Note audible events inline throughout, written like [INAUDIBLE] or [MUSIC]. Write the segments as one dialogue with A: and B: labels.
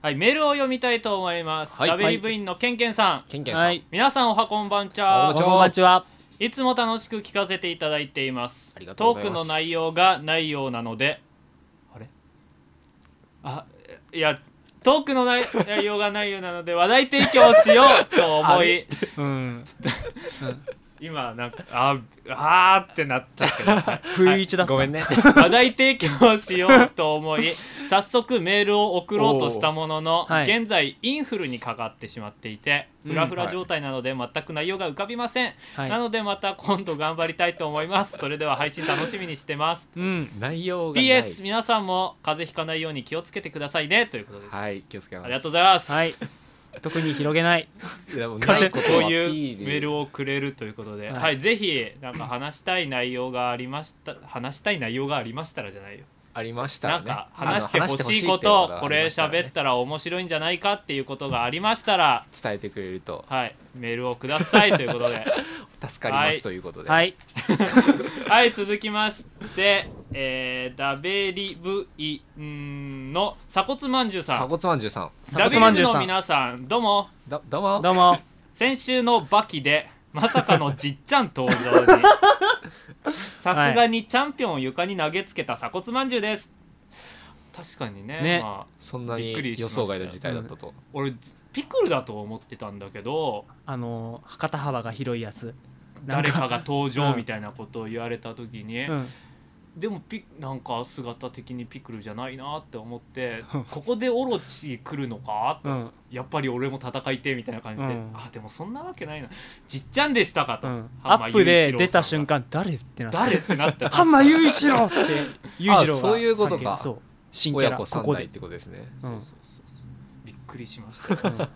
A: はい、メールを読みたいと思います。
B: はい
A: ダベリブインのけんけんさん。
B: ケンケンさん、
C: はい
A: 皆さんおはこんばんちゃ
B: おはこんばんちゃ
A: ー。
C: お待ちは。
A: いつも楽しく聞かせていただいています。
B: ありがとう
A: ト
B: ご
A: ー
B: ざい
A: ク
B: ます
A: の内容がないようなので、あれあ、いや、トークのない内容がないようなので話題提供をしようと
B: [LAUGHS]
A: 思い、
C: うん。
A: [LAUGHS] 今、なんか、ああーってなったけど、はい
C: 不意打ちだった。
B: ごめん
A: [LAUGHS]
B: ね
A: 話題提供をしようと思
C: [LAUGHS]
A: い早速メールを送ろうとしたものの、
C: おーはい
A: 現在インフルにかかってしまっていて
C: うん
A: フラフラ状態なので全く内容が浮かびません、
C: はい
A: なのでまた今度頑張りたいと思い
C: [LAUGHS]
A: ますそれでは配信楽しみにしてます
C: うん。
B: 内容がない
A: PS 皆さんも風邪ひかないように気をつけてくださいねということです、
B: はい気をつけます
A: ありがとうございます、 [LAUGHS]
C: はい。特に広げない。
B: いやもう
A: は
B: ない
A: い
B: こ
A: こと
B: を
A: う
B: アピ
A: いうメー
B: ール
A: ルをくれるということで、は
C: はいい
A: ぜひなんか話したい内容がありました話したい内容がありましたらじゃないよ
B: ありましたら
A: な
B: ね
A: んか話してほしいことこれ喋ったら面白いんじゃないかっていうことがありましたら、
B: た伝えてくれると
A: はい、メールをくださいということ [LAUGHS] で
B: 助かりま
A: はい
B: すということで
C: はいい。
A: はい続きまして、えーダベリブインの鎖骨まんじゅうさ
B: 鎖
A: ん
B: 骨まんじゅうさん
A: ダ
C: 鎖
A: ベ
C: 骨まん
A: リ
C: じゅ
A: ブの
C: うさん
A: 皆さんどうも
B: だどうも
C: どうも。
A: 先週のバキでまさかのじっちゃん登場 [LAUGHS] にさすがにチャンピオンを床に投げつけた鎖骨まんじゅうです確かにね
C: ね
A: まあ、
B: そんな
A: びっくり
B: に
A: しま
B: 予
A: した
B: 想外の事態だったと
A: 俺ピクルだと思ってたんだけど
C: あのー博多幅が広いやつ。なん
A: 誰かが登場みたいなことを言われた時に、
C: うん。
A: でもピなんか姿的にピクルじゃないなって思ってここでオロチ来るのか
C: うん。
A: やっぱり俺も戦いてみたいな感じで、
C: うん
A: あでもそんなわけないなじっちゃんでしたかと、
C: うん
A: 浜
C: アップで
A: 雄一郎さんが
C: 出た瞬間、誰ってなった。
A: 誰ってな
C: [LAUGHS]
A: って
C: ハンマー雄一郎って雄一郎が
B: そういうことか
C: そう新キャ
B: 親
C: ラ
B: 子
C: こ
B: 三
C: こ
B: 代っ
C: で
B: てことですね
A: そうそうそうそうびっくりしました、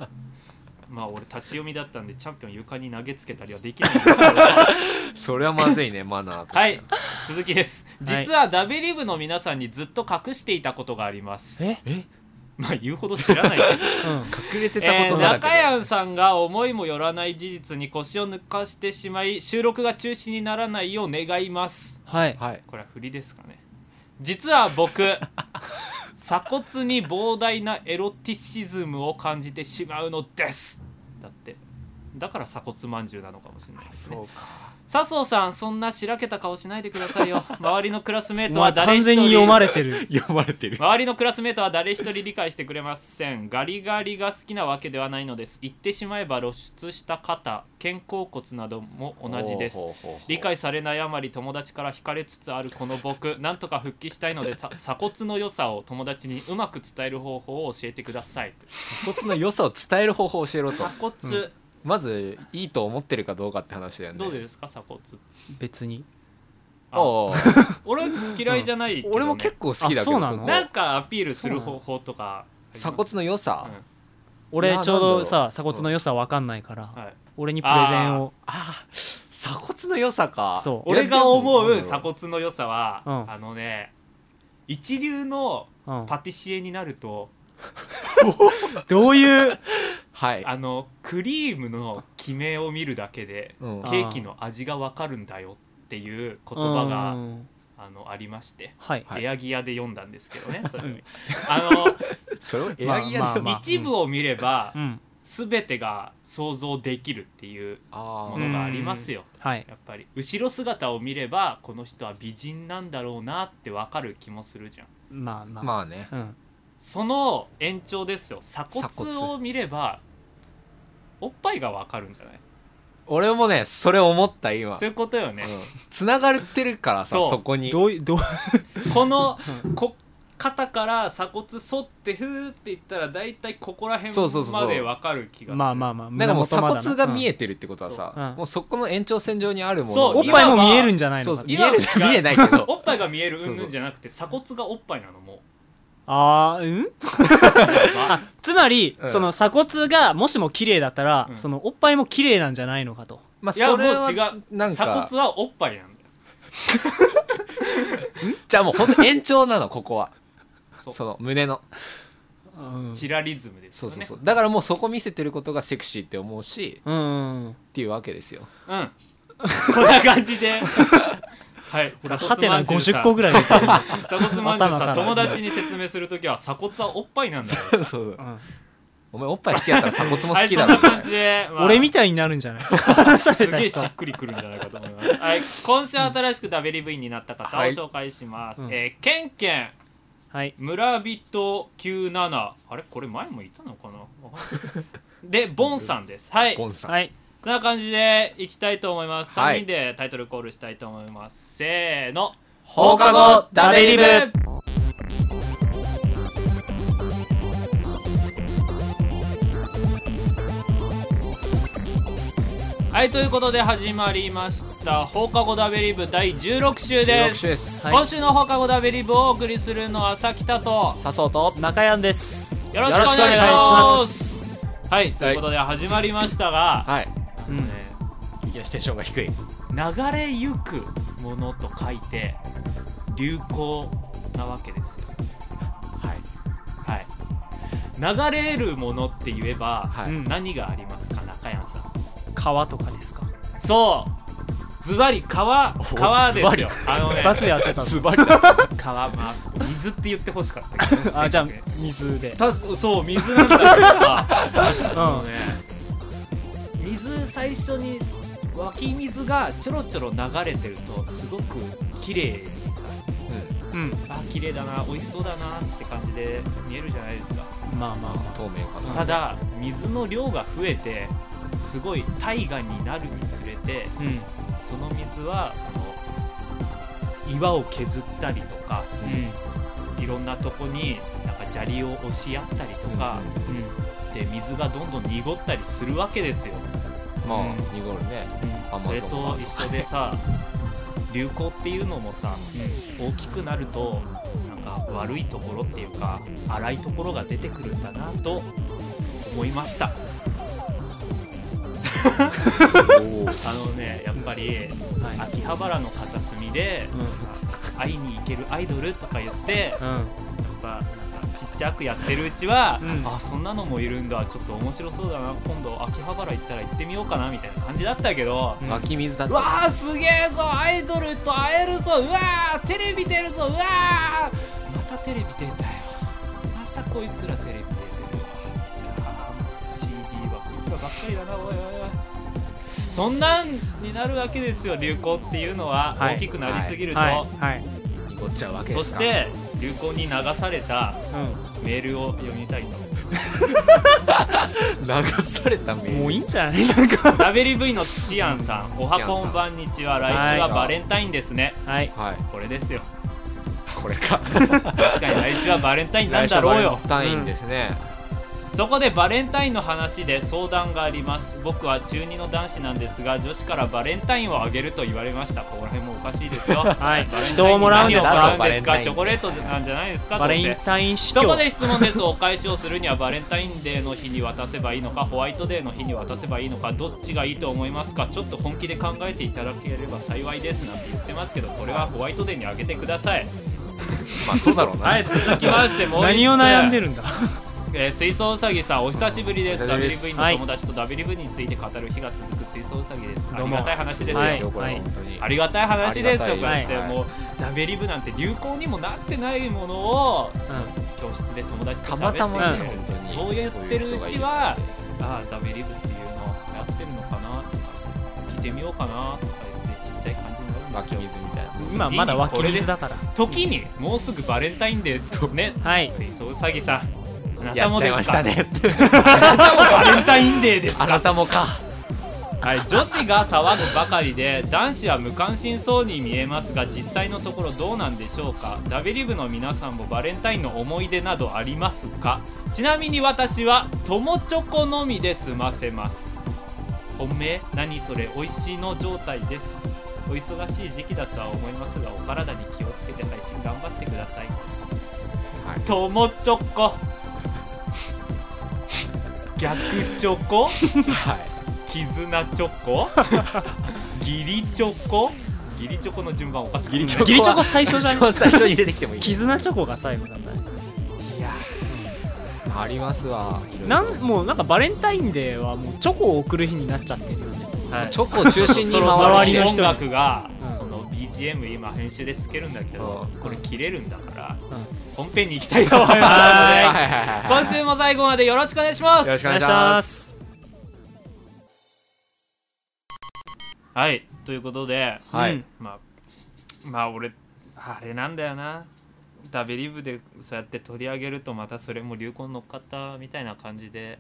A: まあ俺立ち読みだったんでチャンピオン床に投げつけたりはできないんですけど
B: それはまずいねマナーとして
A: はい続きです
C: はい
A: 実はダベリブの皆さんにずっと隠していたことがあります、
C: え
B: え
A: まあ言うほど知らないけど
C: うん
B: 隠れてた
A: えー
B: ことなんだけ
A: 中
B: ど、
A: 谷さんが思いもよらない事実に腰を抜かしてしまい収録が中止にならないよう願います
C: はい
B: はい
A: これは振りですかね実は僕
C: [LAUGHS]
A: 鎖骨に膨大なエロティシズムを感じてしまうのですだってだから鎖骨まんじゅうなのかもしれないですね
B: そう
A: [LAUGHS]
B: か
A: 笹生さんそんなしらけた顔しないでください
C: [LAUGHS]
A: よ周りのクラスメート
C: お
A: は誰
C: 前完
A: 一人
C: 全に読まれてる
B: 読まれてる
A: 周りのクラスメートは誰一人理解してくれませんガリガリが好きなわけではないのです言ってしまえば露出した肩肩甲骨なども同じです
B: ほうほうほうほう
A: 理解されないあまり友達から惹かれつつあるこの僕なんとか復帰したいのでさ鎖骨の良さを友達にうまく伝える方法を教えてください
B: 鎖骨の良さを伝える方法を教えろと
A: 鎖骨、
B: まずいいと思ってるかどうかって話だよね
A: どうですか鎖骨
C: 別に
A: あ
B: おう
A: 俺嫌いじゃないけど、ね
B: 俺も結構好きだけど
C: あそうなの
B: ここ
A: なんかアピールする方法とか
B: 鎖骨の良さ、
A: うん
C: 俺
B: な
C: ちょうど
B: なんだろ
C: さ
B: う
C: 鎖骨の良さ分かんないから、
A: はい、
C: 俺にプレゼンを
B: あ鎖骨の良さか
C: そう
A: 俺が思う鎖
B: 鎖骨
A: 骨の良さは、
C: うん
A: あのね一流の
C: うん
A: パティシエになると、
C: どういう
B: はい
A: あのクリームのキメを見るだけで
B: うん
A: ケーキの味がわかるんだよっていう言葉が、
C: うん
A: あのありまして、
C: はい
B: はい
A: エアギアで読んだんですけど
C: [LAUGHS]
A: ねそれをあ
B: それをエアギアで、
C: まあまあ
A: の、
C: まあ
A: 一部を見れば
C: うん
A: 全てが想像できるっていう
B: あ
A: も
B: ー
A: のがありますよ。
C: はい
A: やっぱり後ろ姿を見ればこの人は美人なんだろうなってわかる気もするじゃん
C: まあまあ、
B: まあね
C: うん、
A: その延長ですよ鎖
B: 鎖
A: 骨
B: 骨
A: を見ればおっぱいがわかるんじゃない
B: 俺もねそれ思った今
A: そういうことよね
B: つながってるからさ
A: そう
B: そこに
C: どういうどう
A: この
C: う
A: こ肩から鎖骨沿ってふーっていったら大体ここら辺
B: そうそうそうそう
A: までわかる気がする
C: まあまあまあ
B: なんかもう鎖
C: 胸元まだな
B: 骨が見えてるってことは
C: そう
B: さ
C: うん
B: もうそこの延長線上にあるもの
A: そう
C: おっ
B: 今
C: ぱいも見えるんじゃない
B: そ
C: の
B: うそう
C: か
B: 見
C: と
B: える
A: 今は違う
B: 見えないけど
A: おっぱいが見える
B: そううんそ
A: ぬん
B: う
A: じゃなくて鎖骨がおっぱいなのもう
C: あー
B: [LAUGHS]
C: うんあつまり、
B: うん
C: その鎖骨がもしも綺麗だったら、
A: うん
C: そのおっぱいも綺麗なんじゃないのかと
B: まあ
A: いやも
B: そうれは
A: 違
B: な
A: うん鎖
B: か
A: 骨はおっぱいなんだよ
B: じゃあもうほんと延長
A: [LAUGHS]
B: なのここは
A: そう
B: その胸の
C: うん
A: チラリズムです
B: そ
A: よ
B: う
A: ね
B: そうそうだからもうそこ見せてることがセクシーって思うし
C: う
A: [LAUGHS]
C: ん
B: っていうわけですよ [LAUGHS]
A: うん。こんな感じではい
C: 俺
A: 鎖骨ま
C: ハテナ
A: んじゅうさん
C: 50個ぐらい入れてる
A: 鎖骨まんじゅうさん
C: 頭から
A: 友達に説明するときは鎖骨はおっぱいなんだよ
B: そう
C: うん
B: お前おっぱい好きだったら鎖骨も好きだ
A: はい
B: ろ
A: そんな感じで、まあ
C: 俺みたいになるんじゃ
B: [LAUGHS]
C: ない話され
A: す
C: た
A: げえし
C: 人
A: っくりくるんじゃないかと思います。はい、今週新しくダベリ部員になった方を
B: はい
A: 紹介します。
C: うん
A: えーケンケン、
C: はい
A: 村人97、あれこれ前もいたのかなわかんないで、ボンさんです。はい。
B: ゴンさん、
C: はい
A: こんな感じでいきたいと思います。
B: はい
A: 3人でタイトルコールしたいと思います。せーの。
B: 放課後ダベリブ
A: はいということで始まりました放課後ダベリブ第16週で
B: 16
A: す
B: 週です、
A: 今週の放課後ダベリブをお送りするのはさきたと
B: さそうと
C: 中山です
A: よろしくお願いし
B: よろしくお
C: 願
A: ま
C: いします
A: はいということで始まりましたが、
B: はい
C: うん
B: いやテンションが低い
A: 流れゆくものと書いて流行なわけですよはいはい流れるものって言えば、
B: はい、
C: うん
A: 何がありますか中山さん
C: 川とかですか
A: そうズバリ川
B: お
A: 川ですよあのね
C: バスでやってたの
B: ズバリ
A: 川まあそう水って言ってほしかったけど
C: [LAUGHS] あじゃあ水で
A: たそう水なんだけどさあの
C: うん
A: ね水最初に湧き水がちょろちょろ流れてるとすごく綺麗にさ
C: うん
A: あ綺麗だな美味しそうだなって感じで見えるじゃないですか
C: まあまあま
B: 透明かな
A: ただ水の量が増えてすごい大河になるにつれて
C: あうん
A: その水はその岩を削ったりとかいろんなとこになんか砂利を押し合ったりとか、
C: うん
A: で水がどんどん濁ったりするわけですよ
B: まあ濁るねアマゾ
A: そ
B: ン
A: れと一緒でさ流行っていうのもさ大きくなるとなんか悪いところっていうか荒いところが出てくるんだなと思いました
B: おー
A: あのねやっぱり
C: うんはい
A: 秋葉原の片隅で「会いに行けるアイドル」とか言ってやっ
C: うん
A: ぱなんかちっちゃくやってるうちは、
C: うん
A: あそんなのもいるんだちょっと面白そうだな今度秋葉原行ったら行ってみようかなみたいな感じだったけど、
C: うん
B: 湧き水だっ
A: う
B: て
A: わあすげえぞアイドルと会えるぞうわあテレビ出るぞうわあまたテレビ出たよまたこいつらテレビ出てるわあー CD はこいつらばっかりだなおいおいおいそんなんになるわけですよ流行っていうのは
C: はい
A: 大きくなりすぎると、
C: はいはい
B: 濁っちゃうわけで
A: そ
B: す
A: し
B: か
A: て流行に流された
C: う
A: メールを読みたいと
B: 流されたメ
C: んもうい
B: い
C: いんじゃないなん [LAUGHS] か
A: WV の土屋さんおはこんばんにちは来週はバレンタインですね
C: はい
B: はい
A: これですよ
B: これか
A: 確かに来週はバレンタインなんだろうよ
B: 単位ですね、
A: そこでバレンタインの話で相談があります僕は中2の男子なんですが女子からバレンタインをあげると言われましたここら辺もおかしいですよ
C: はい
A: バレンタインに
C: 人をもらうんです
A: 何を
C: か
A: もらうんです
B: バレンタイ
A: か
B: ン
A: チョコレートなんじゃないですか
C: バ
A: どう
C: レン
A: せ
C: タイン司
A: そ
C: 教
A: こで質問ですお返しをするにはバレンタインデーの日に渡せばいいのかホワイトデーの日に渡せばいいのかどっちがいいと思いますかちょっと本気で考えていただければ幸いですなんて言ってますけどこれはホワイトデーにあげてください
B: まあそうだろうな、
A: はい続きましてもう一つ
C: 何を悩んでるんだ
A: えー水槽うさぎさんお久しぶりです
B: お久しぶりです
A: WV の友達と WV について語る日が続く水槽うさぎですあ
C: どう
A: り
C: も
A: がたい話ですよ、
B: そうですよこれ
C: はい
B: は本当に、
A: ありがたい話です
B: あ
A: よ
B: り
A: こう
B: が
A: やっ
B: たい
A: て
B: はい
A: もうダベリブなんて流行にもなってないものを教室で友達と
B: た
A: 喋っ
B: ま
A: て
B: たま
C: う
B: ね、
A: る
B: 本当に
A: そう言ってるうちは
B: そういう
A: ああダベリブっていうのやってるのかなとか聞いてみようかなとか言ってちっちゃい感じになるん
B: 人がい
A: で
B: る湧
A: す
B: き
A: よ
B: 水みたいな
C: 今まだ湧き水だから
A: 時にもうすぐバレンタインデーとね
C: はい
A: 水槽うさぎさんあなた
B: や
A: も
B: っちゃ
A: で
B: い
A: すか
B: ましたねって
C: [LAUGHS]
A: あなたもバレンタインデーです
B: あ
A: か
B: なたもか
A: はい、女子が騒ぐばかりで男子は無関心そうに見えますが実際のところどうなんでしょうかダベリブの皆さんもバレンタインの思い出などありますかちなみに私は友チョコのみで済ませます本命何それ美味しいの状態ですお忙しい時期だとは思いますがお体に気をつけて配信頑張ってください
B: はい
A: 友チョコ逆チョコ
B: はい
A: 絆チョ
B: [LAUGHS]
A: コギリチョコギリチョコの順番おかしくない
C: [LAUGHS] ョコギリチョコ最初じゃん
B: ない最初に出てきてもいい
C: 絆チョコが最後だったね
A: いや
B: ありますわいろいろ
C: なんもうなんかバレンタインデーはもうチョコを送る日になっちゃってるよね
A: はい
B: チョコを中心に
A: そろそろ
B: 回る
C: 周りの人に
A: 音楽が、
C: うん
A: その BGM BGM 今編集でつけるんだけど
B: う
A: これ切れるんだから
C: うん
A: 本編に行きたいと思い
B: はい
A: ます
B: はいはいはい
A: ので今週も最後までよろしくお願いします
B: よろしくお願いし
C: お願
B: ま
C: いしますす
A: はいということで
B: は
C: う
B: い
C: ん
A: まあまあ俺あれなんだよなダベリブでそうやって取り上げるとまたそれも流行に乗っかったみたいな感じで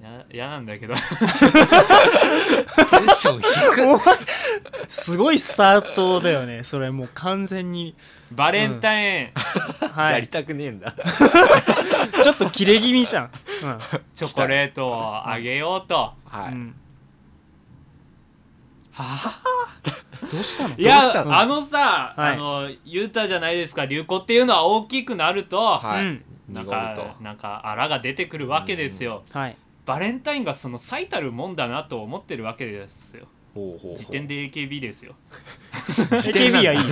A: や嫌なんだけど
B: テンション低っ
C: すごいスタートだよねそれもう完全に
A: バレンタ
B: [LAUGHS]
A: イン
C: は
B: やり
C: い
B: たくねえんだ
C: ちょっと切れ気味じゃん
A: チョコレートをあげようと。
C: うん、
B: は
C: う
B: い
C: んどうしたの
A: いや
B: どうしたの
A: あのさ、
C: はい
A: あの言うたじゃないですか流行っていうのは大きくなると、
B: はい
C: うん
A: なん
B: 濁る
A: かなんかあらが出てくるわけですよ
C: はい
A: バレンタインがその最たるもんだなと思ってるわけですよ
B: とほうほうほう
A: 時点で AKB ですよ
C: AKB はいい
A: あの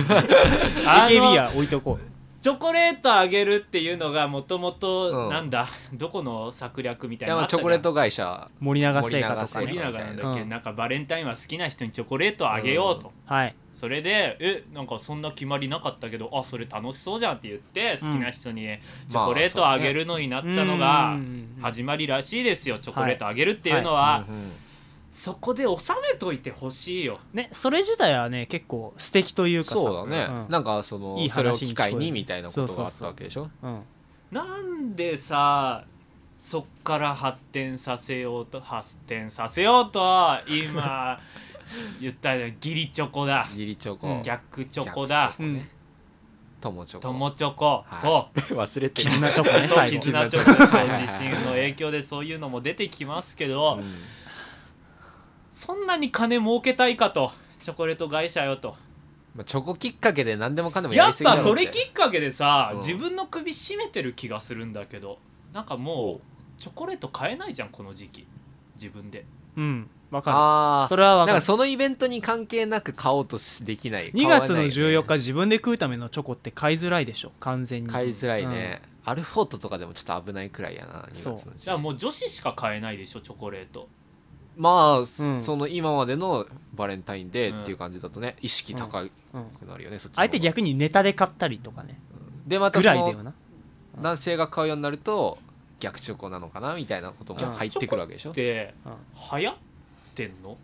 C: AKB は置いとこ
A: チョコレートあげるっていうのがもとも
B: う
A: と
B: ん
A: なんだ、どこの策略みたい
B: い
A: な
B: や
A: の
B: ま
A: あ
B: あ
A: った
B: チ
A: じ
B: ョ
A: ゃ
B: コ
A: ん
B: レート会社
C: う森永製菓とか
B: 森
A: 森
B: 永
A: 永
B: 製
A: なんだっけ、
C: うん
A: なんかバレンタインは好きな人にチョコレートあげようと、
C: はい
A: それでえなんかそんな決まりなかったけどあそれ楽しそうじゃんって言って好きな人にチョコレートをあげるのになったのが始まりらしいですよチョコレートあげるっていうのは、
B: うんうん
A: そこで収めといてほしいよ
C: ねそれ自体はね結構素敵というかさ
B: そうだね
C: うん
B: なんかその
C: いい話に聞こえ
B: それ
C: る
B: を機会にみたいなことがあったわけでしょ
C: うん
A: なんでさそっから発展させようと発展させようと [LAUGHS] 今言ったじゃん義理チョコだ
B: ギリチョコ
C: うん
A: 逆チョコだ
B: 逆ね友チョコ
A: 友チョコ、
B: はい
A: そう
B: [LAUGHS] 忘れてる
C: 絆チョコね
A: そう
C: 最後
A: 絆チョコそう
B: はいはいはい
A: 地震の影響でそういうのも出てきますけど、
B: うん
A: そんなに金儲けたいかとチョコレート会社よと
B: まあチョコきっかけで何でもかんでもや
A: や
B: り
A: っ
B: すぎだ
A: ぱ
B: ろ
A: そ
B: って
A: れきっかけでさ、
B: うん
A: 自分の首絞めてる気がするんだけどなんかもうチョコレート買えないじゃんこの時期自分で
C: うんわか
B: あ
C: る
B: あ
C: それは
B: な
C: わ
B: ん
C: か
B: か
C: る
B: そのイベントに関係なく買おうとしできない
C: 2月
B: 買わ
C: の
B: ない
C: 14日自分で食うためのチョコって買いづらいでしょ完全に
B: 買いづらいね、アルフォートとかでもちょっと危ないくらいやな2月
C: そう
B: の14
A: じゃあもう女子しか買えないでしょチョコレート
B: まあ、
C: ん
B: その今までのバレンタインデーっていう感じだとね、意識高く
C: うんうん
B: なるよね、そっちの方が
C: あえて逆にネタで買ったりとかね
B: でまた
C: ぐ
B: そ
C: らいだよ
B: の
C: な
B: 男性が買うようになると逆チョコなのかなみたいなことも入ってくるわけでしょ、い
A: で
C: うん
A: 流行ってんの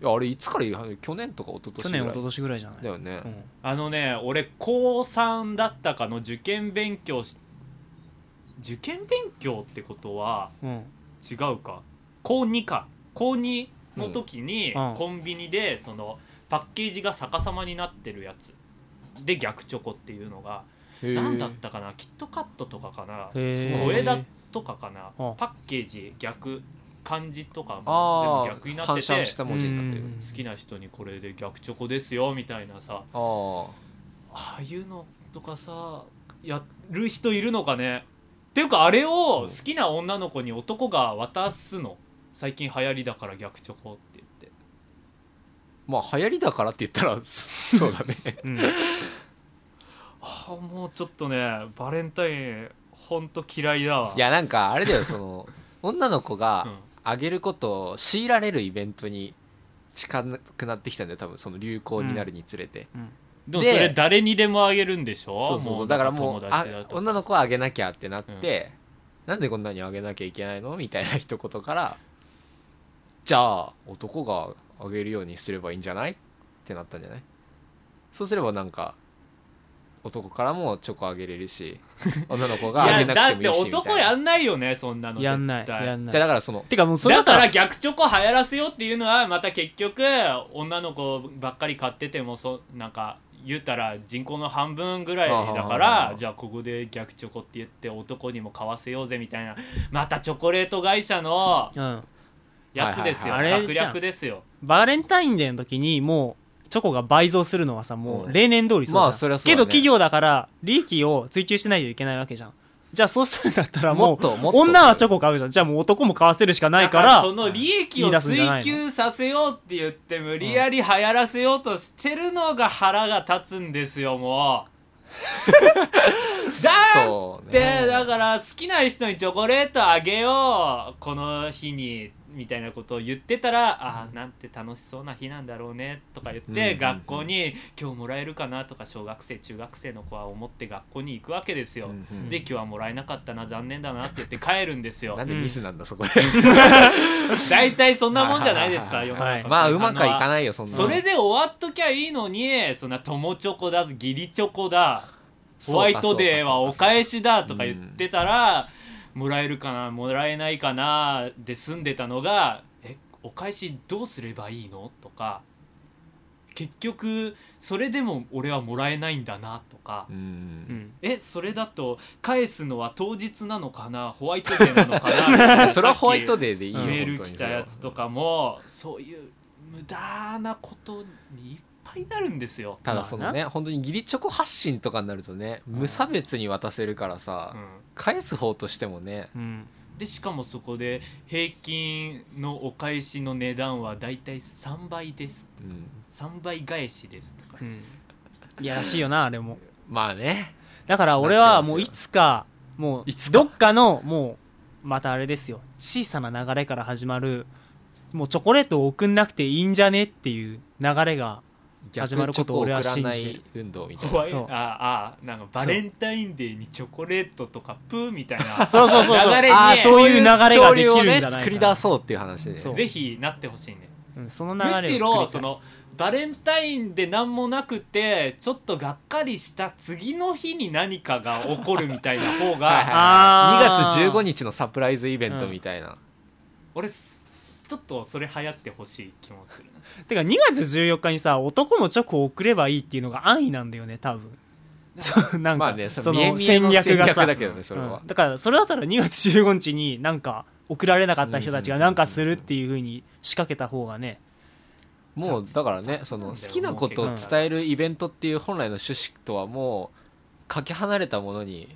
B: やあれいつから言う去年とか一昨
C: 去
B: 年ぐらい
C: 年一昨年ぐらいじゃない
B: だよね、
C: うん
A: あのね俺高3だったかの受験勉強し受験勉強ってことは
C: うん
A: 違うか高2か高2の時に
C: うんうん
A: コンビニでそのパッケージが逆さまになってるやつで逆チョコっていうのが
B: へー
A: 何だったかなキットカットとかかな
C: へー
A: 小枝とかかな
C: うん
A: パッケージ逆漢字とかも
B: あ
A: 全
B: あ
A: 部逆になって
B: 反射
A: て
B: した文字になってる
C: うん
A: 好きな人にこれで逆チョコですよみたいなさ
B: あ
A: ああいうのとかさやる人いるのかねっていうかあれを好きな女の子に男が渡すの最近流行りだから逆チョコって言って
B: あまあ流行りだからって言ったらそう [LAUGHS] だ
A: [LAUGHS]
B: ね
C: うん
A: ああもうちょっとねバレンタインほんと嫌いだわ
B: いやなんかあれだよその女の子
A: う
B: が
A: ん
B: あげることを強いられるイベントに近くなってきたんだよ多分その流行になるにつれて、
A: でも
B: で
A: それ誰にでもあげるんでしょ
B: そうそうそう
A: な
B: だ
A: ん
B: からもう
A: 友
B: あ
A: 達だと
B: 女の子はあげなきゃってなって、なんでこんなにあげなきゃいけないのみたいな一言からじゃあ男があげるようにすればいいんじゃないってなったんじゃないそうすればなんか男からもチョコあげれ
A: [LAUGHS]
B: るし女の子
A: い
B: があげ
A: や
B: な
A: だ
B: く
A: って
B: てもいいしみたいな
A: 男やんないよねそんなの
C: やんない
A: 絶対
C: やんな
B: じゃあだ
C: い
B: からその
C: てかもうそれ
A: だ
C: だった
A: からら逆チョコ流行らせようっていうのはまた結局女の子ばっかり買っててもそなんか言ったら人口の半分ぐらいだか
B: あ
A: ら
B: あ
A: じゃあここで逆チョコって言って男にも買わせようぜみたいなまたチョコレート会社の
C: うん
A: やつですよ、
C: はいはいはいあれ
A: 策略ですよ
C: バレンタインデーの時にもうチョコが倍増するのはさも
B: う
C: うん例年通りそうじゃん、
B: まあそりゃそうだね
C: けど企業だから利益を追求しないといけないわけじゃんじゃあそうするんだったらもう
B: もっともっと
C: 女はチョコ買うじゃんじゃあもう男も買わせるしかないか
A: だ
C: ら
A: その利益を
C: 言い出すんじゃな
A: 追
C: いの
A: 求させようって言って無理やり流行らせようとしてるのが腹が立つんですよも
C: [LAUGHS]
A: うだー
B: そうね
A: でだから好きな人にチョコレートあげようこの日にみたいなことを言ってたらああなんて楽しそうな日なんだろうねとか言っ
B: うんうんう
A: て
B: ん
A: 学校に今日もらえるかなとか小学生中学生の子は思って学校に行くわけですよ。
B: うんうん
A: で今日はもらえなかったな残念だなって言って帰るんですよ
B: なんでミスなんだ
A: [LAUGHS]
B: そこで
A: 大体そんなもんじゃないですか
B: はい
A: 世
B: は
A: の中
C: はい
A: って
B: まあうまくはい
A: あの
B: かないよそんなの
A: それで終わっときゃいいのにそんな友チョコだ義理チョコだホワイトデーはお
B: え
A: 返しだとか言ってたら、もらえるかなもらえないかなで済んでたのが「えお返しどうすればいいの?」とか結局それでも俺はもらえないんだなとか。
B: うんうん
A: えそれだと返すのは当日なのかなホワイトデーなのかな
B: [LAUGHS] それはホワイト
A: デ
B: デーでいいよ
A: メー
B: 本
A: ル
B: 当に
A: 来たやつとかもそういう無駄なことにいっぱいになるんですよ。
B: ただそのね本当に義理チョコ発信とかになるとね無差別に渡せるからさ
A: うん
B: 返す方としてもね
C: うん
A: でしかもそこで平均のお返しの値段はだいたい3倍です
B: うん
A: 3倍返しですとか
C: う
A: さ、
B: [LAUGHS]
C: んいやらしいよなあれも
B: まあね
C: だから俺はもういつかもう
B: いつか
C: どっかのもうまたあれですよ小さな流れから始まるもうチョコレートを送んなくていいんじゃねっていう流れが始まることを俺は信じてる
B: 逆チョコを送らない運動みたい
A: ホ
B: な
A: ワイ
C: そう
A: ああなんかバレンタインデーにチョコレートとかプーみたいな
C: そうそうそうそう
A: 流れ
C: あー
A: に
C: そういう流れができるんじゃないかな
B: 潮流をね作り出そうっていう話で
C: そう
A: ぜひなってほしいね
C: うんその流れ
A: む
C: を作り
A: した
C: い
A: ろそのバレンタインで何もなくてちょっとがっかりした次の日に何かが起こるみたいな方が
B: はい
C: あ
B: はい
C: ー
B: 2月15日のサプライズイベントみたいな、
A: 俺すちょっとそれ流行ってほしい気もするな
C: てか2月14日にさ男もチョコを送ればいいっていうのが安易なんだよね多分そうなんか、
B: まあねそ
C: そ
B: の見え
C: の
B: 見え
C: 戦
B: の
C: 略
B: 戦
C: が
B: 略
C: さ
B: だけどねそれは、
C: うんだからそれだったら2月15日になんか送られなかった人たちがなんかするっていうふうに仕掛けた方がね
B: もうだからねその好きなことを伝えるイベントっていう本来の趣旨とはもうかけ離れたものに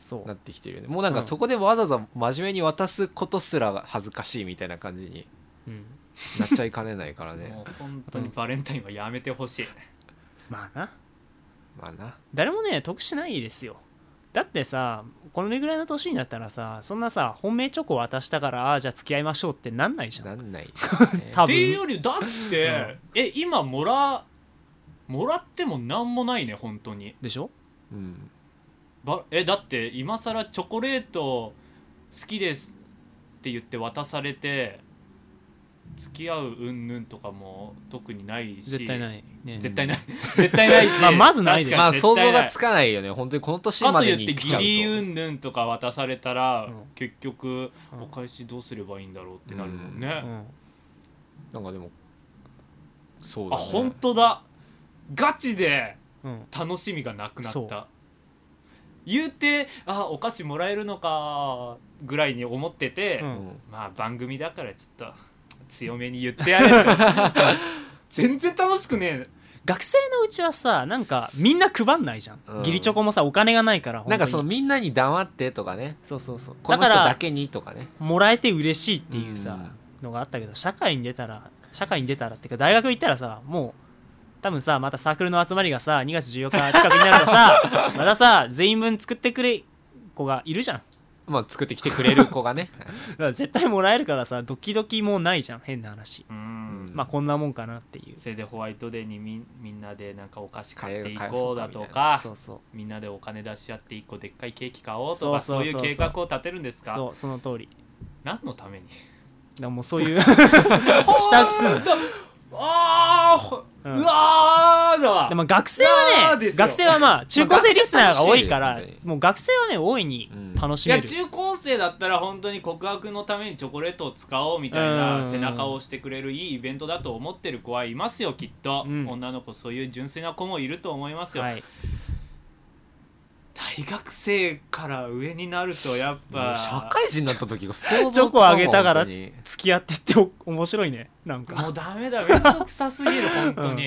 C: そ
B: なっ
C: う
B: てきてるよねもうなんか
C: うん
B: そこでわざわざ真面目に渡すことすら恥ずかしいみたいな感じに
C: うん
B: なっちゃいかねないからね
A: もう本当にバレンタインはやめてほしい
C: まあな
B: まあな
C: 誰もね得しないですよだってさこのぐらいの年になったらさそんなさ本命チョコ渡したからあーじゃあ付き合いましょうってなんないじゃん
B: なんない、ね、
C: 多
A: っていう
C: 分
A: よりだって、え今もらもらってもなんもないね本当に
C: でしょ
B: うん
A: ばえだって今さらチョコレート好きですって言って渡されて付き合ううんぬんとかも特にないし
C: 絶対ない、ね、
A: 絶対ない [LAUGHS] 絶対ないし
C: まあまずないでしょ
A: 確
B: ま
A: か
B: あ
A: に絶
B: 想像
A: 対ない
B: がつかないよね本当にこの年
A: か
B: ま
A: と
B: で
A: いっ
B: に
A: て
B: 来
A: ギ
B: ちゃうと
A: リうんぬんとか渡されたら、
C: うん
A: 結局
C: うん
A: お返しどうすればいいんだろうってなるもんね、
C: うん
B: なんかでもそう
A: あ
B: だ、ね、
A: 本当だガチで
C: うん
A: 楽しみがなくな
C: そ
A: っ
C: う
A: た言うてあお菓子もらえるのかぐらいに思ってて、
C: うん
B: うん
A: まあ番組だからちょっと強めに言ってやれと全然楽しくね
C: 学生のうちはさなんかみんな配んないじゃん、
B: うん
C: 義理チョコもさお金がないから
B: なんかその
C: 本
B: みんなに黙ってとかね
C: 当にそうそうそう
B: この
C: だ
B: 人
C: から
B: だけにとかね
C: もらえて嬉しいっていうさ、
B: うん
C: のがあったけど社会に出たら社会に出たらってか大学行ったらさもう多分さまたサークルの集まりがさ2月14日近くになる
B: [LAUGHS]
C: とさまたさ全員分作ってくれ子がいるじゃん
B: まあ作ってきてくれる子が
C: [LAUGHS]
B: ね
C: だから絶対もらえるからさドキドキもないじゃん変な話
A: うん
B: ん
C: まあこんなもんかなっていう
A: それでホワイトデーにみんみんなでなんかお菓子買ってい
B: 買えそ
A: こ
B: う
A: う
B: か
A: だと
B: みたい
A: か
C: そうそう
A: みんなでお金出し合って一個でっかいケーキ買おうとか
C: そうそう
A: そうい
C: そうそう
A: う計画を立てるんですか
C: そうその通り
A: 何のために
C: だからもうそういう下打ちすんな
A: ほんとあーほ
C: う
A: うんわーだわ
C: でも学生は
A: あー
C: ね
A: ですよ
C: 学生はまあ中高生リスナーが多いか
B: まあ
C: ら
B: 学生楽しいよ
C: もう学生はね大いに楽し
A: い
C: め
A: や
C: る、
A: 中高生だったら本当に告白のためにチョコレートを使おうみたい
C: うんうんう
A: なん背中を押してくれるいいイベントだと思ってる子はいますよきっと、
C: うん
A: 女の子そういう純粋な子もいると思いますよ、
C: はい
A: 大学生から上になるとやっ
B: も
A: ぱ
B: う社会人になった時が想像つ
C: チ
B: かん
C: ョ
B: わ
C: コあげたから
B: 本当に
C: 付き合ってってお面白いねなんか
A: もうダメだめんどくさすぎる本当に、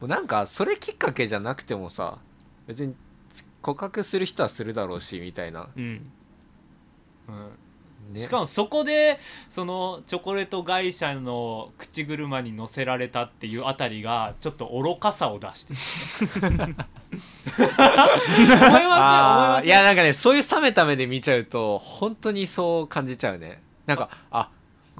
B: もうなんかそれきっかけじゃなくてもさ別に告白する人はするだろうしみたいな、
C: うん
A: うん
B: ね、
A: しかもそこでそのチョコレート会社の口車に乗せられたっていうあたりがちょっと愚かさを出してる思いますよ思い
B: あ
A: ま
B: ー
A: す
B: いやなんかねそういう冷めた目で見ちゃうと本当にそう感じちゃうねなんかあ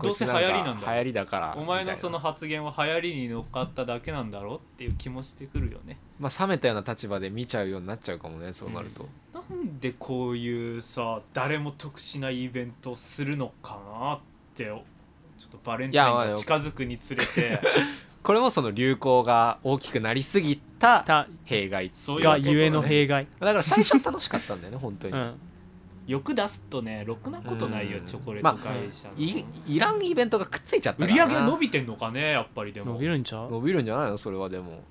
A: どうせ流行りなんだ
B: 流行りだから
A: お前の
B: みたいな
A: その発言は流行りに乗っかっただけなんだろうっていう気もしてくるよね
B: まあ冷めたような立場で見ちゃうようになっちゃうかもねそうなると、
A: なんでこういうさ誰も得しないイベントをするのかなってちょっとバレンタイン
B: いやま
A: が
B: あ
A: 近づくにつれ
B: [LAUGHS]
A: て
B: これもその流行が大きくなりすぎた
C: た
B: 弊害って
A: そういう
C: が
A: ことだね
C: ゆえの弊害
B: だから最初は楽しかったんだよね本当に、
C: うん
A: 欲出すとねろくなことないよ
B: うん
A: チョコレート会社の、
B: いいらんイベントがくっついちゃった
A: 売
B: か
A: り
B: ら
A: 上
B: な
A: げ伸びてんのかねやっぱりで
C: 伸
A: も
C: びるんちゃう
B: 伸びるんじゃないのそれはでも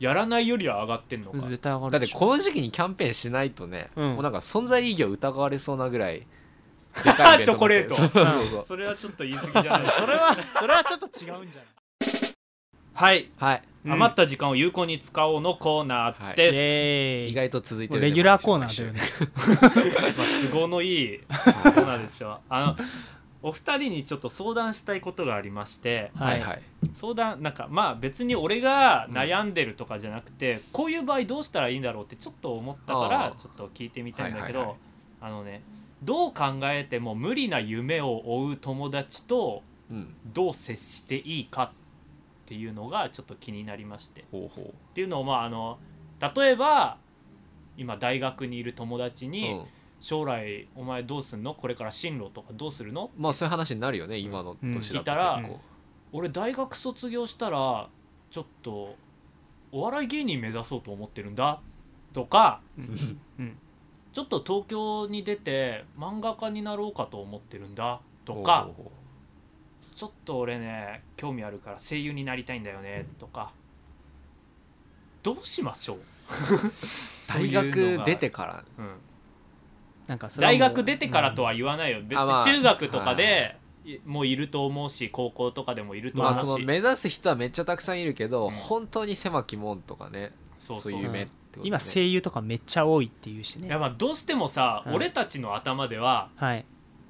A: やらないよりは上がってんのか
C: 絶対上がる
B: だっ
C: で
B: て
C: しょ
B: この時期にキャンペーンしないとね、
C: うん
B: もうなんか存在意義を疑われそうなぐらい
C: [LAUGHS]
B: でかいイベン
A: チョコレート
B: そうそうそう
A: それはちょっと言い過ぎじゃないそれは
C: はそれはちょっと違うんじゃない
A: [LAUGHS] はい、
B: はい、
C: うん
A: 余った時間を有効に使おうのコーナー
C: イ
A: です、
C: エ
B: 意
C: ーイ
B: 外と続いて
C: もう
B: る
C: レギュラーコーナーだよね
A: まあ、都合のいいコ
C: [LAUGHS]
A: ーナーですよあのお二人にちょっと相談したいことがありまして
B: はいはい
A: 相談なんかまあ別に俺が悩んでるとかじゃなくて、こういう場合どうしたらいいんだろうってちょっと思ったか
B: あ
A: ら
B: ー
A: ちょっと聞いてみたいんだけど、
B: はいはい
A: あのねどう考えても無理な夢を追う友達と
B: うん
A: どう接していいかっていうのがちょっと気になりまして。
B: ほうほ
A: っていうのをまああの例えば今大学にいる友達
B: う、
A: に、
B: うん、
A: 将来お前どうすんのこれから進路とかどうするの
B: まあそういう話になるよね今の年だと結構、
A: 聞いたら俺大学卒業したらちょっとお笑い芸人目指そうと思ってるんだとか
C: うん
A: ちょっと東京に出て漫画家になろうかと思ってるんだと
B: ほう
A: か
B: ほうほ
A: ちょっと俺ね興味あるから声優になりたいんだよねとかどうしましょう [LAUGHS] そう
B: 大
A: いうのが
B: 学出てから
A: うん
C: なんかそれはも
A: 大
C: う
A: 学出てからとは言わないよ、別
B: あま
A: に
B: あ
A: 中学とかでいもういると思うし高校とかでもいると
B: ま
A: 思
B: あ
A: うし、
B: その目指す人はめっちゃたくさんいるけど、
A: うん
B: 本当に狭き門とかね
A: そ
B: そうう
A: そう
B: いう
C: うん
B: 夢ってこと、ね、
C: 今声優とかめっちゃ多いっていうし
A: い
C: ね
A: やまあどうしてもさ、
C: うん
A: 俺たちの頭では
C: はい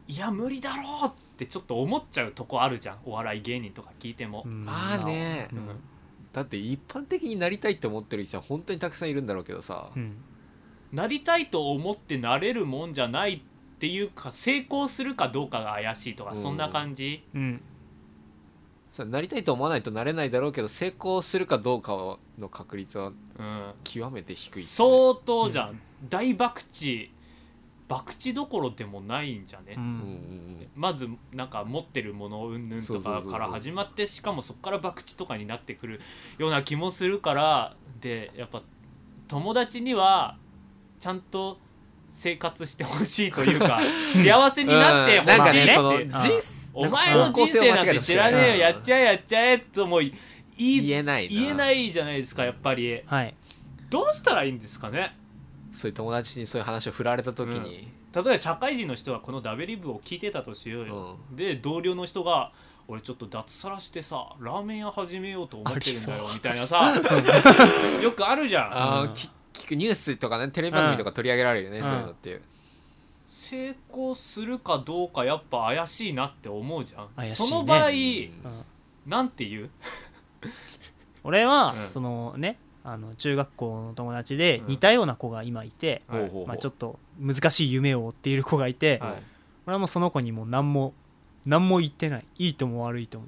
A: いや無理だろうってちょっと思っちゃうとこあるじゃんお笑い芸人とか聞いても、
C: うん
B: まあね
C: うん
B: だって一般的になりたいって思ってる人は本当にたくさんいるんだろうけどさ、
C: うん
A: なりたいと思ってなれるもんじゃないっていうか成功するかどうかが怪しいとか、
B: うん
A: そんな感じ
C: うん
B: それなりたいと思わないとなれないだろうけど成功するかどうかの確率は
A: うん
B: 極めて低いってね、
A: 相当じゃん、
C: うん
A: 大博打博打どころでもないんじゃね、
C: う
B: うんうん
C: ん
B: うん
A: まずなんか持ってるもの云々
B: そう
A: と
B: そう
A: か
B: そうそう
A: から始まってしかもそこから博打とかになってくるような気もするからでやっぱ友達にはちゃんと生活してほしいという
B: [LAUGHS]
A: か幸せになってほしい
B: うんなんかね
A: ね
B: その
A: って
C: あ
B: 人生
A: お前の人生なんて知らねえよやっち
B: ゃ
A: ゃえやっちゃえとも言い
B: 言えないな
A: 言えないじゃないですかやっぱり
C: はい
A: どうしたらいいんですかね
B: そういう友達にそういう話を振られた時に、
A: 例えば社会人の人がこのダベリブを聞いてたとしようよ、で同僚の人が「俺ちょっと脱サラしてさラーメン屋始めようと思ってるんだよ」みたいなさよくあるじゃん
B: あ
C: う
B: ー
C: ん
B: き聞くニュースとかねテレビ番組とか取り上げられるよね、
C: うん
B: そういうのっていう、
A: 成功するかどうかやっぱ怪しいなって思うじゃん、
C: 怪しいね
A: その場合、
B: うん
C: うん
A: なんて言う
C: 俺
A: うん
C: はそのねあの中学校の友達で
A: うん
C: 似たような子が今いて
A: はい
B: ほうほうほう
C: まあちょっと難しい夢を追っている子がいて
A: はい
C: 俺はもうその子にもう何も何も言ってないいいとも悪いとも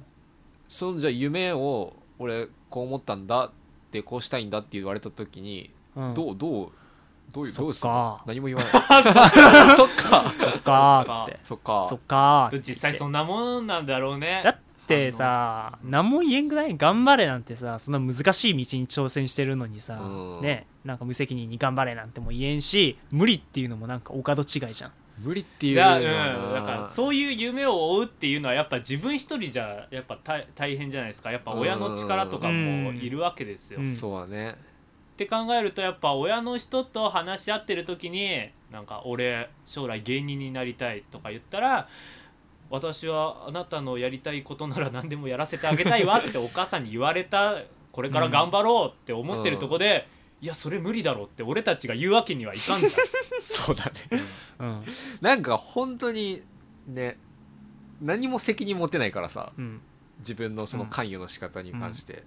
B: そのじゃあ夢を俺こう思ったんだでこうしたいんだって言われた時に、
C: うん
B: どうどうどういう
C: そ
B: ど
C: っか
B: うすんの何も言わない
A: [LAUGHS]
C: そっかそっかーって
B: そっか
C: そっかーって
A: 実際そんなもんなんだろうね
C: だってさ何も言えんぐらい頑張れなんてさそんな難しい道に挑戦してるのにさ、
B: うん
C: ねなんか無責任に頑張れなんても言えんし無理っていうのもなんかお門違いじゃん
B: 無理ってい
A: いう
B: のは
A: や
B: な
A: うん、だからそういう夢を追うっていうのはやっぱ自分一人じゃやっぱ大大変じゃないですかやっぱ親の力とかもいるわけですよ、
C: うん
B: そうだね
A: って考えるとやっぱ親の人と話し合ってる時になんか俺将来芸人になりたいとか言ったら私はあなたのやりたいことなら何でもやらせてあげたいわってお母さんに言われたこれから頑張ろうって思ってるとこで、いやそれ無理だろうって俺たちが言うわけにはいかんじゃん
B: そうだ
A: [LAUGHS]
B: ね
C: うん
B: なんか本当にね何も責任持てないからさ
C: うん
B: 自分のその関与の仕方に関して、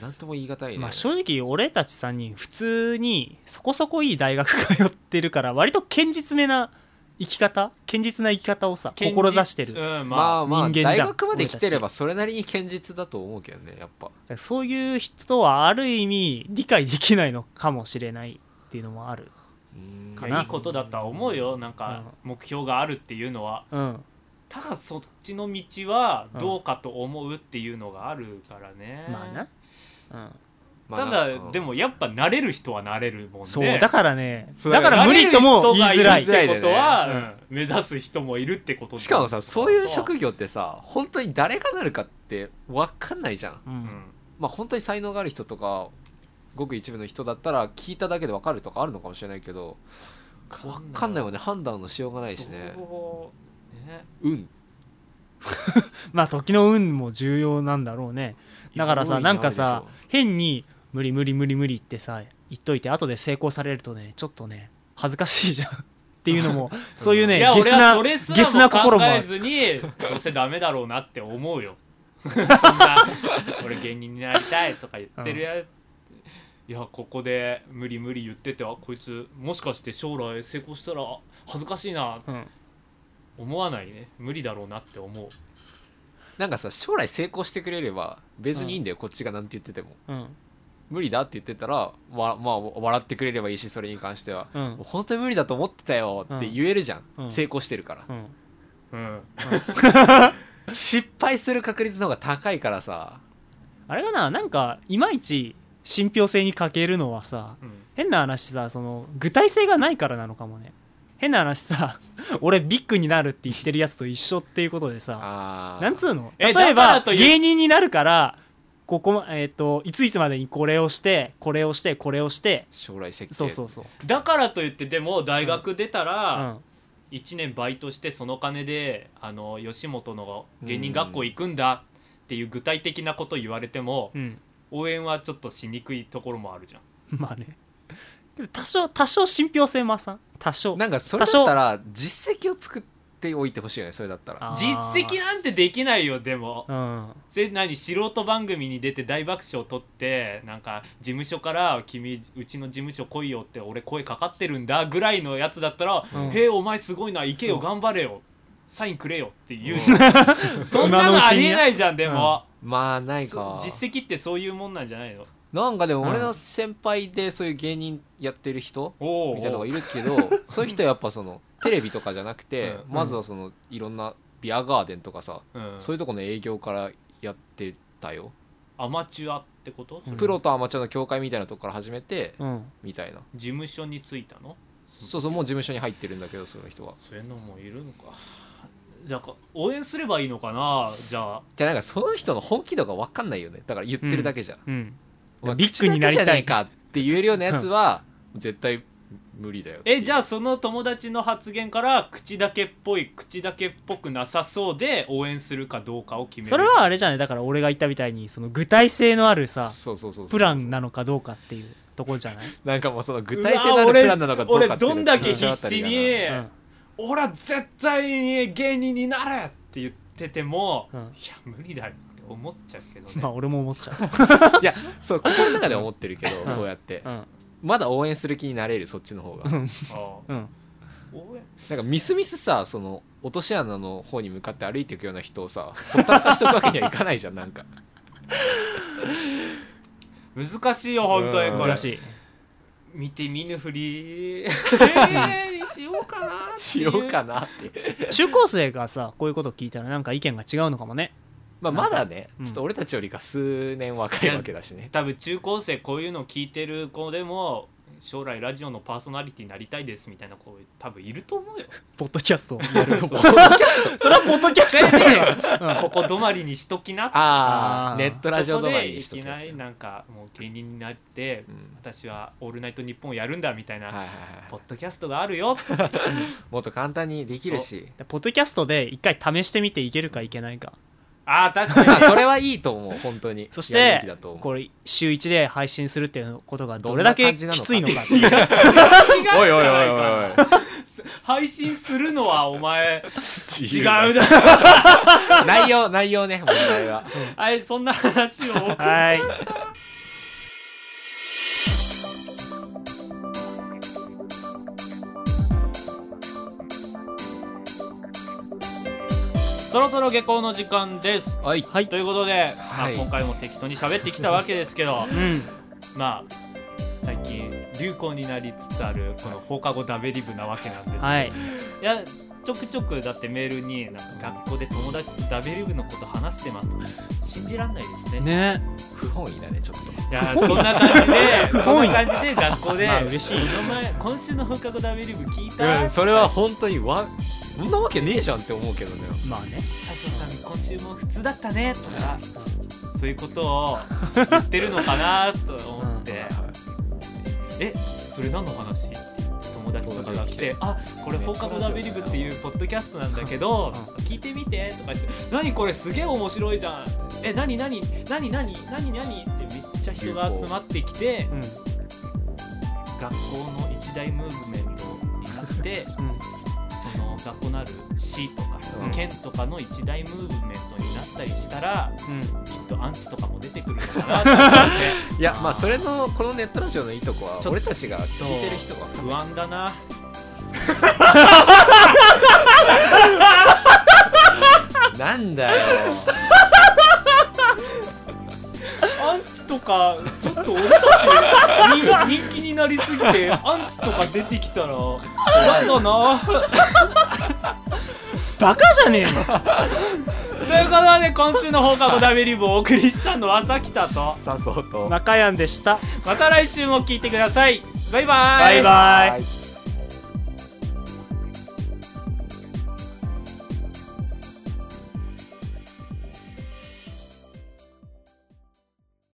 B: なんとも言い難いね、
C: まあ正直俺たち3人普通にそこそこいい大学通ってるから割と堅実めな生き方堅実な生き方をさ
A: 堅実
C: 志してる、だか
A: うん
B: ま
A: まあ
B: あまあ
C: 人間
B: 大
C: じゃん
B: 学まで来てればそれなりに堅実だと思うけどねやっぱ
C: らそういう人はある意味理解できないのかもしれないっていうのもある
B: うん
C: か
A: い
C: な
A: やいいことだとは思うよなんか目標があるっていうのは
C: うん
A: ただそっちの道はどうかと思うっていうのがあるからね、
C: まあな、うん
B: まあ
A: ただ、
B: うん
A: でもやっぱ慣れる人は慣れるもんね
C: そうだからね
B: そう
C: だから無理とも言いづらい
A: 慣れる人がるってことは、
C: 言いづらいね
A: うん目指す人もいるってことだ
B: しかもさそういう職業ってさ本当に誰がなるかって分かんないじゃん
C: う
A: うんん
B: まあ本当に才能がある人とかごく一部の人だったら聞いただけで分かるとかあるのかもしれないけど分かんないもんね判断のしようがないしね
A: どうね
B: 運
C: まあ時の運も重要なんだろうねだから
B: い
C: さ
B: や運
C: なんか
B: ある
C: さ
B: でしょ
C: 変に無理無理無理無理ってさ言っといて後で成功されるとねちょっとね恥ずかしいじゃん [LAUGHS] っていう
A: [LAUGHS]
C: のもそういうね
A: いや
C: ゲス
A: 俺
C: な
A: はそれす
C: ゲス
A: ら
C: な
A: も
C: 心
A: 考
C: もあ
A: え
C: る
A: ずにどうせダメだろうなって思
B: [LAUGHS]
A: うよそんな俺芸人になりたいとか言ってるやつ、いやここで無理無理言っててあこいつもしかして将来成功したら恥ずかしいな
C: うん
A: 思わないね無理だろうなって思う
B: なんかさ将来成功してくれれば別にいいんだよ、こっちがなんて言ってても
C: うん
B: 無理だって言ってたらわまあ笑ってくれればいいしそれに関しては、
C: う
B: もうん本当に無理だと思ってたよって言えるじゃん、
C: うん
B: 成功してるから、
C: うん
A: うん
B: 失敗する確率の方が高いからさ
C: あれかななんかいまいち信憑性に欠けるのはさ
A: うん
C: 変な話さその具体性がないからなのかもね変な話さ [LAUGHS] 俺ビッグになるって言ってるやつと一緒っていうことでさ
B: あー
C: なんつうの例
A: え
C: え
A: だか
C: ば
A: らという
C: 芸人になるからここま、えっといついつまでにこれをしてこれをしてこれをして
B: 将来設計
C: そうそうそう、
A: だからといってでも大学出た
C: う
A: ら
C: ん、
A: 1年バイトしてその金であの吉本の芸人学校行くんだっていう具体的なこと言われても
C: うん、
A: 応援はちょっとしにくいところもあるじゃん
C: まあねけど多少多少信憑性もさん多少
B: なんかそれだったら実績を作っておいてほしいよねそれだったら
C: あ
A: 実
C: ー
A: 績なんてできないよでも
C: うん
A: それ何素人番組に出て大爆笑を取ってなんか事務所から「君うちの事務所来いよ」って俺声かかってるんだぐらいのやつだったら「
C: うん
A: へえお前すごいな行けよ頑張れよサインくれよ」って言う
B: う
A: じゃんそんな
C: 今のう
A: の
C: ち
A: あ
C: にね
A: りえないじゃんでも、
B: まあないか
A: そ実績ってそういうもんなんじゃないの
B: なんかでも
C: うん
B: 俺の先輩でそういう芸人やってる人
A: おーおー
B: みたいなのがいるけどそういう人はやっぱそのテレビとかじゃなくて
A: うん
B: まずはそのいろんなビアガーデンとかさ
A: うん
B: そういうとこの営業からやってたよ
A: アマチュアってこと、
C: うん
B: プロとアマチュアの境界みたいなとこから始めて
C: うん
B: みたいな
A: 事務所に着いたの
B: そうそうもう事務所に入ってるんだけどその人はっ
A: そういうのもいるのかなんか応援すればいいのかなじゃあ
B: てなんかその人の本気度が分かんないよねだから言ってるだけじゃん
C: うん
B: お前
C: ビッグになりたい
B: 口だけじゃねえかって言えるようなやつは絶対無理だよ
A: えじゃあその友達の発言から口だけっぽい口だけっぽくなさそうで応援するかどうかを決める
C: それはあれじゃないだから俺が言ったみたいにその具体性のあるさ
B: そうそうそうそう
C: プランなのかどうかっていうところじゃない、
B: なんかもうその具体性のあるプランなのかどうかって
A: うわ
B: いう
A: 俺俺どんだけ必死に
C: う
A: え
C: ん、
A: 俺は絶対に芸人になれって言ってても、
C: うん
A: いや無理だよって思っちゃうけどね、
C: まあ俺も思っちゃう、
B: いやそう心の中では思ってるけどそうやって
C: うん
B: まだ応援する気になれるそっちの方が
C: うん
A: ああ
C: うん、
A: 応援
B: なんかミスミスさその落とし穴の方に向かって歩いていくような人をさほったらかしとくわけにはいかないじゃんなんか
A: 難しいよ本当に
B: うん
A: これ
C: 難しい
A: 見て見ぬふりえーしようかなっていう
B: しようかなって
C: 中高生がさこういうこと聞いたらなんか意見が違うのかもね
B: まあまだね
C: うん
B: ちょっと俺たちよりか数年若いわけだしね
A: [LAUGHS] 多分中高生こういうのを聞いてる子でも将来ラジオのパーソナリティになりたいですみたいな子多分いると思うよ。
C: ポッドキャストをやる
A: そう
B: [LAUGHS]
C: それはポッドキャス
A: 先
C: トだよ
A: 生ここ止まりにしときなって
B: あ
C: あー
B: あネットラジオ
A: そこ
B: 止ま
A: で
B: りに
A: い
B: しと
A: き
B: け
A: なりなんかもう芸人になって、
B: うん
A: 私は「オールナイトニッポン」やるんだみたいな、
B: はいはいはい
A: ポッドキャストがあるよって
B: もっと簡単にできるし
C: ポッドキャストで一回試してみていけるかいけないか
A: ああ確か
B: [LAUGHS] まあ
A: に
B: それはいいと思う本当に
C: そし
B: やるべ
C: て
B: きだと思う
C: これ週1で配信するっていうことがどれだけきついのかって
A: 違う
C: い
A: じ
C: う
A: ゃないか
B: おいおいおいおいおい
A: 配信するのはお前違う
B: だ
A: だ
B: [LAUGHS] 内容内容ね問題は
A: はいそんな話をお送りしま
C: はい
A: したそろそろ下校の時間です
B: はい
C: はい
A: ということで、まあ
B: はい
A: 今回も適当に喋ってきたわけですけど
C: うん
A: まあ最近流行になりつつあるこの放課後ダベリブなわけなんですけど、
C: はい
A: いやちょくちょくだってメールになんか学校で友達とダベリブのこと話してますと信じらんないですね
C: ね
B: 不本意だねちょっと
A: いやそんな感じ
C: [LAUGHS]
A: でそ
C: 本
A: ん
C: 意
A: な感じで学校で
C: まあ嬉しい
A: この前今週の放課後ダベリブ聞いた、
B: うん、それは本当にわそんなわけねえじゃんって思うけどね
C: まあね
A: 佐藤さん今週も普通だったねとかそういうことを言ってるのかなと思って、えそれ何の話友達とかが来て「あこれ放課後ダベリブっていうポッドキャストなんだけど聞いてみて」とか言って「何これすげえ面白いじゃん」え「何何何何何何何?」ってめっちゃ人が集まってきて
C: うん
A: 学校の一大ムーブメントにな [LAUGHS] って。
C: うん
A: その学校のある市とか
B: うん
A: 県とかの一大ムーブメントになったりしたら
C: うん
A: きっとアンチとかも出てくるのかなと思って
B: いやまあそれのこのネットラジオのいいとこは
A: ちょっと
B: 俺たちが聞いてる人が
A: 不安だな
B: なんだよ
A: アンチとかちょっと俺たち人気になりすぎてアンチとか出てきたら不安だな
C: バカじゃねえの
A: ということで今週の放課後ダメリブをお送りしたのはさきたと
B: [LAUGHS] さそうと
C: 中山でした
A: また来週も聞いてくださいバイバイ
C: バイバイ
B: イ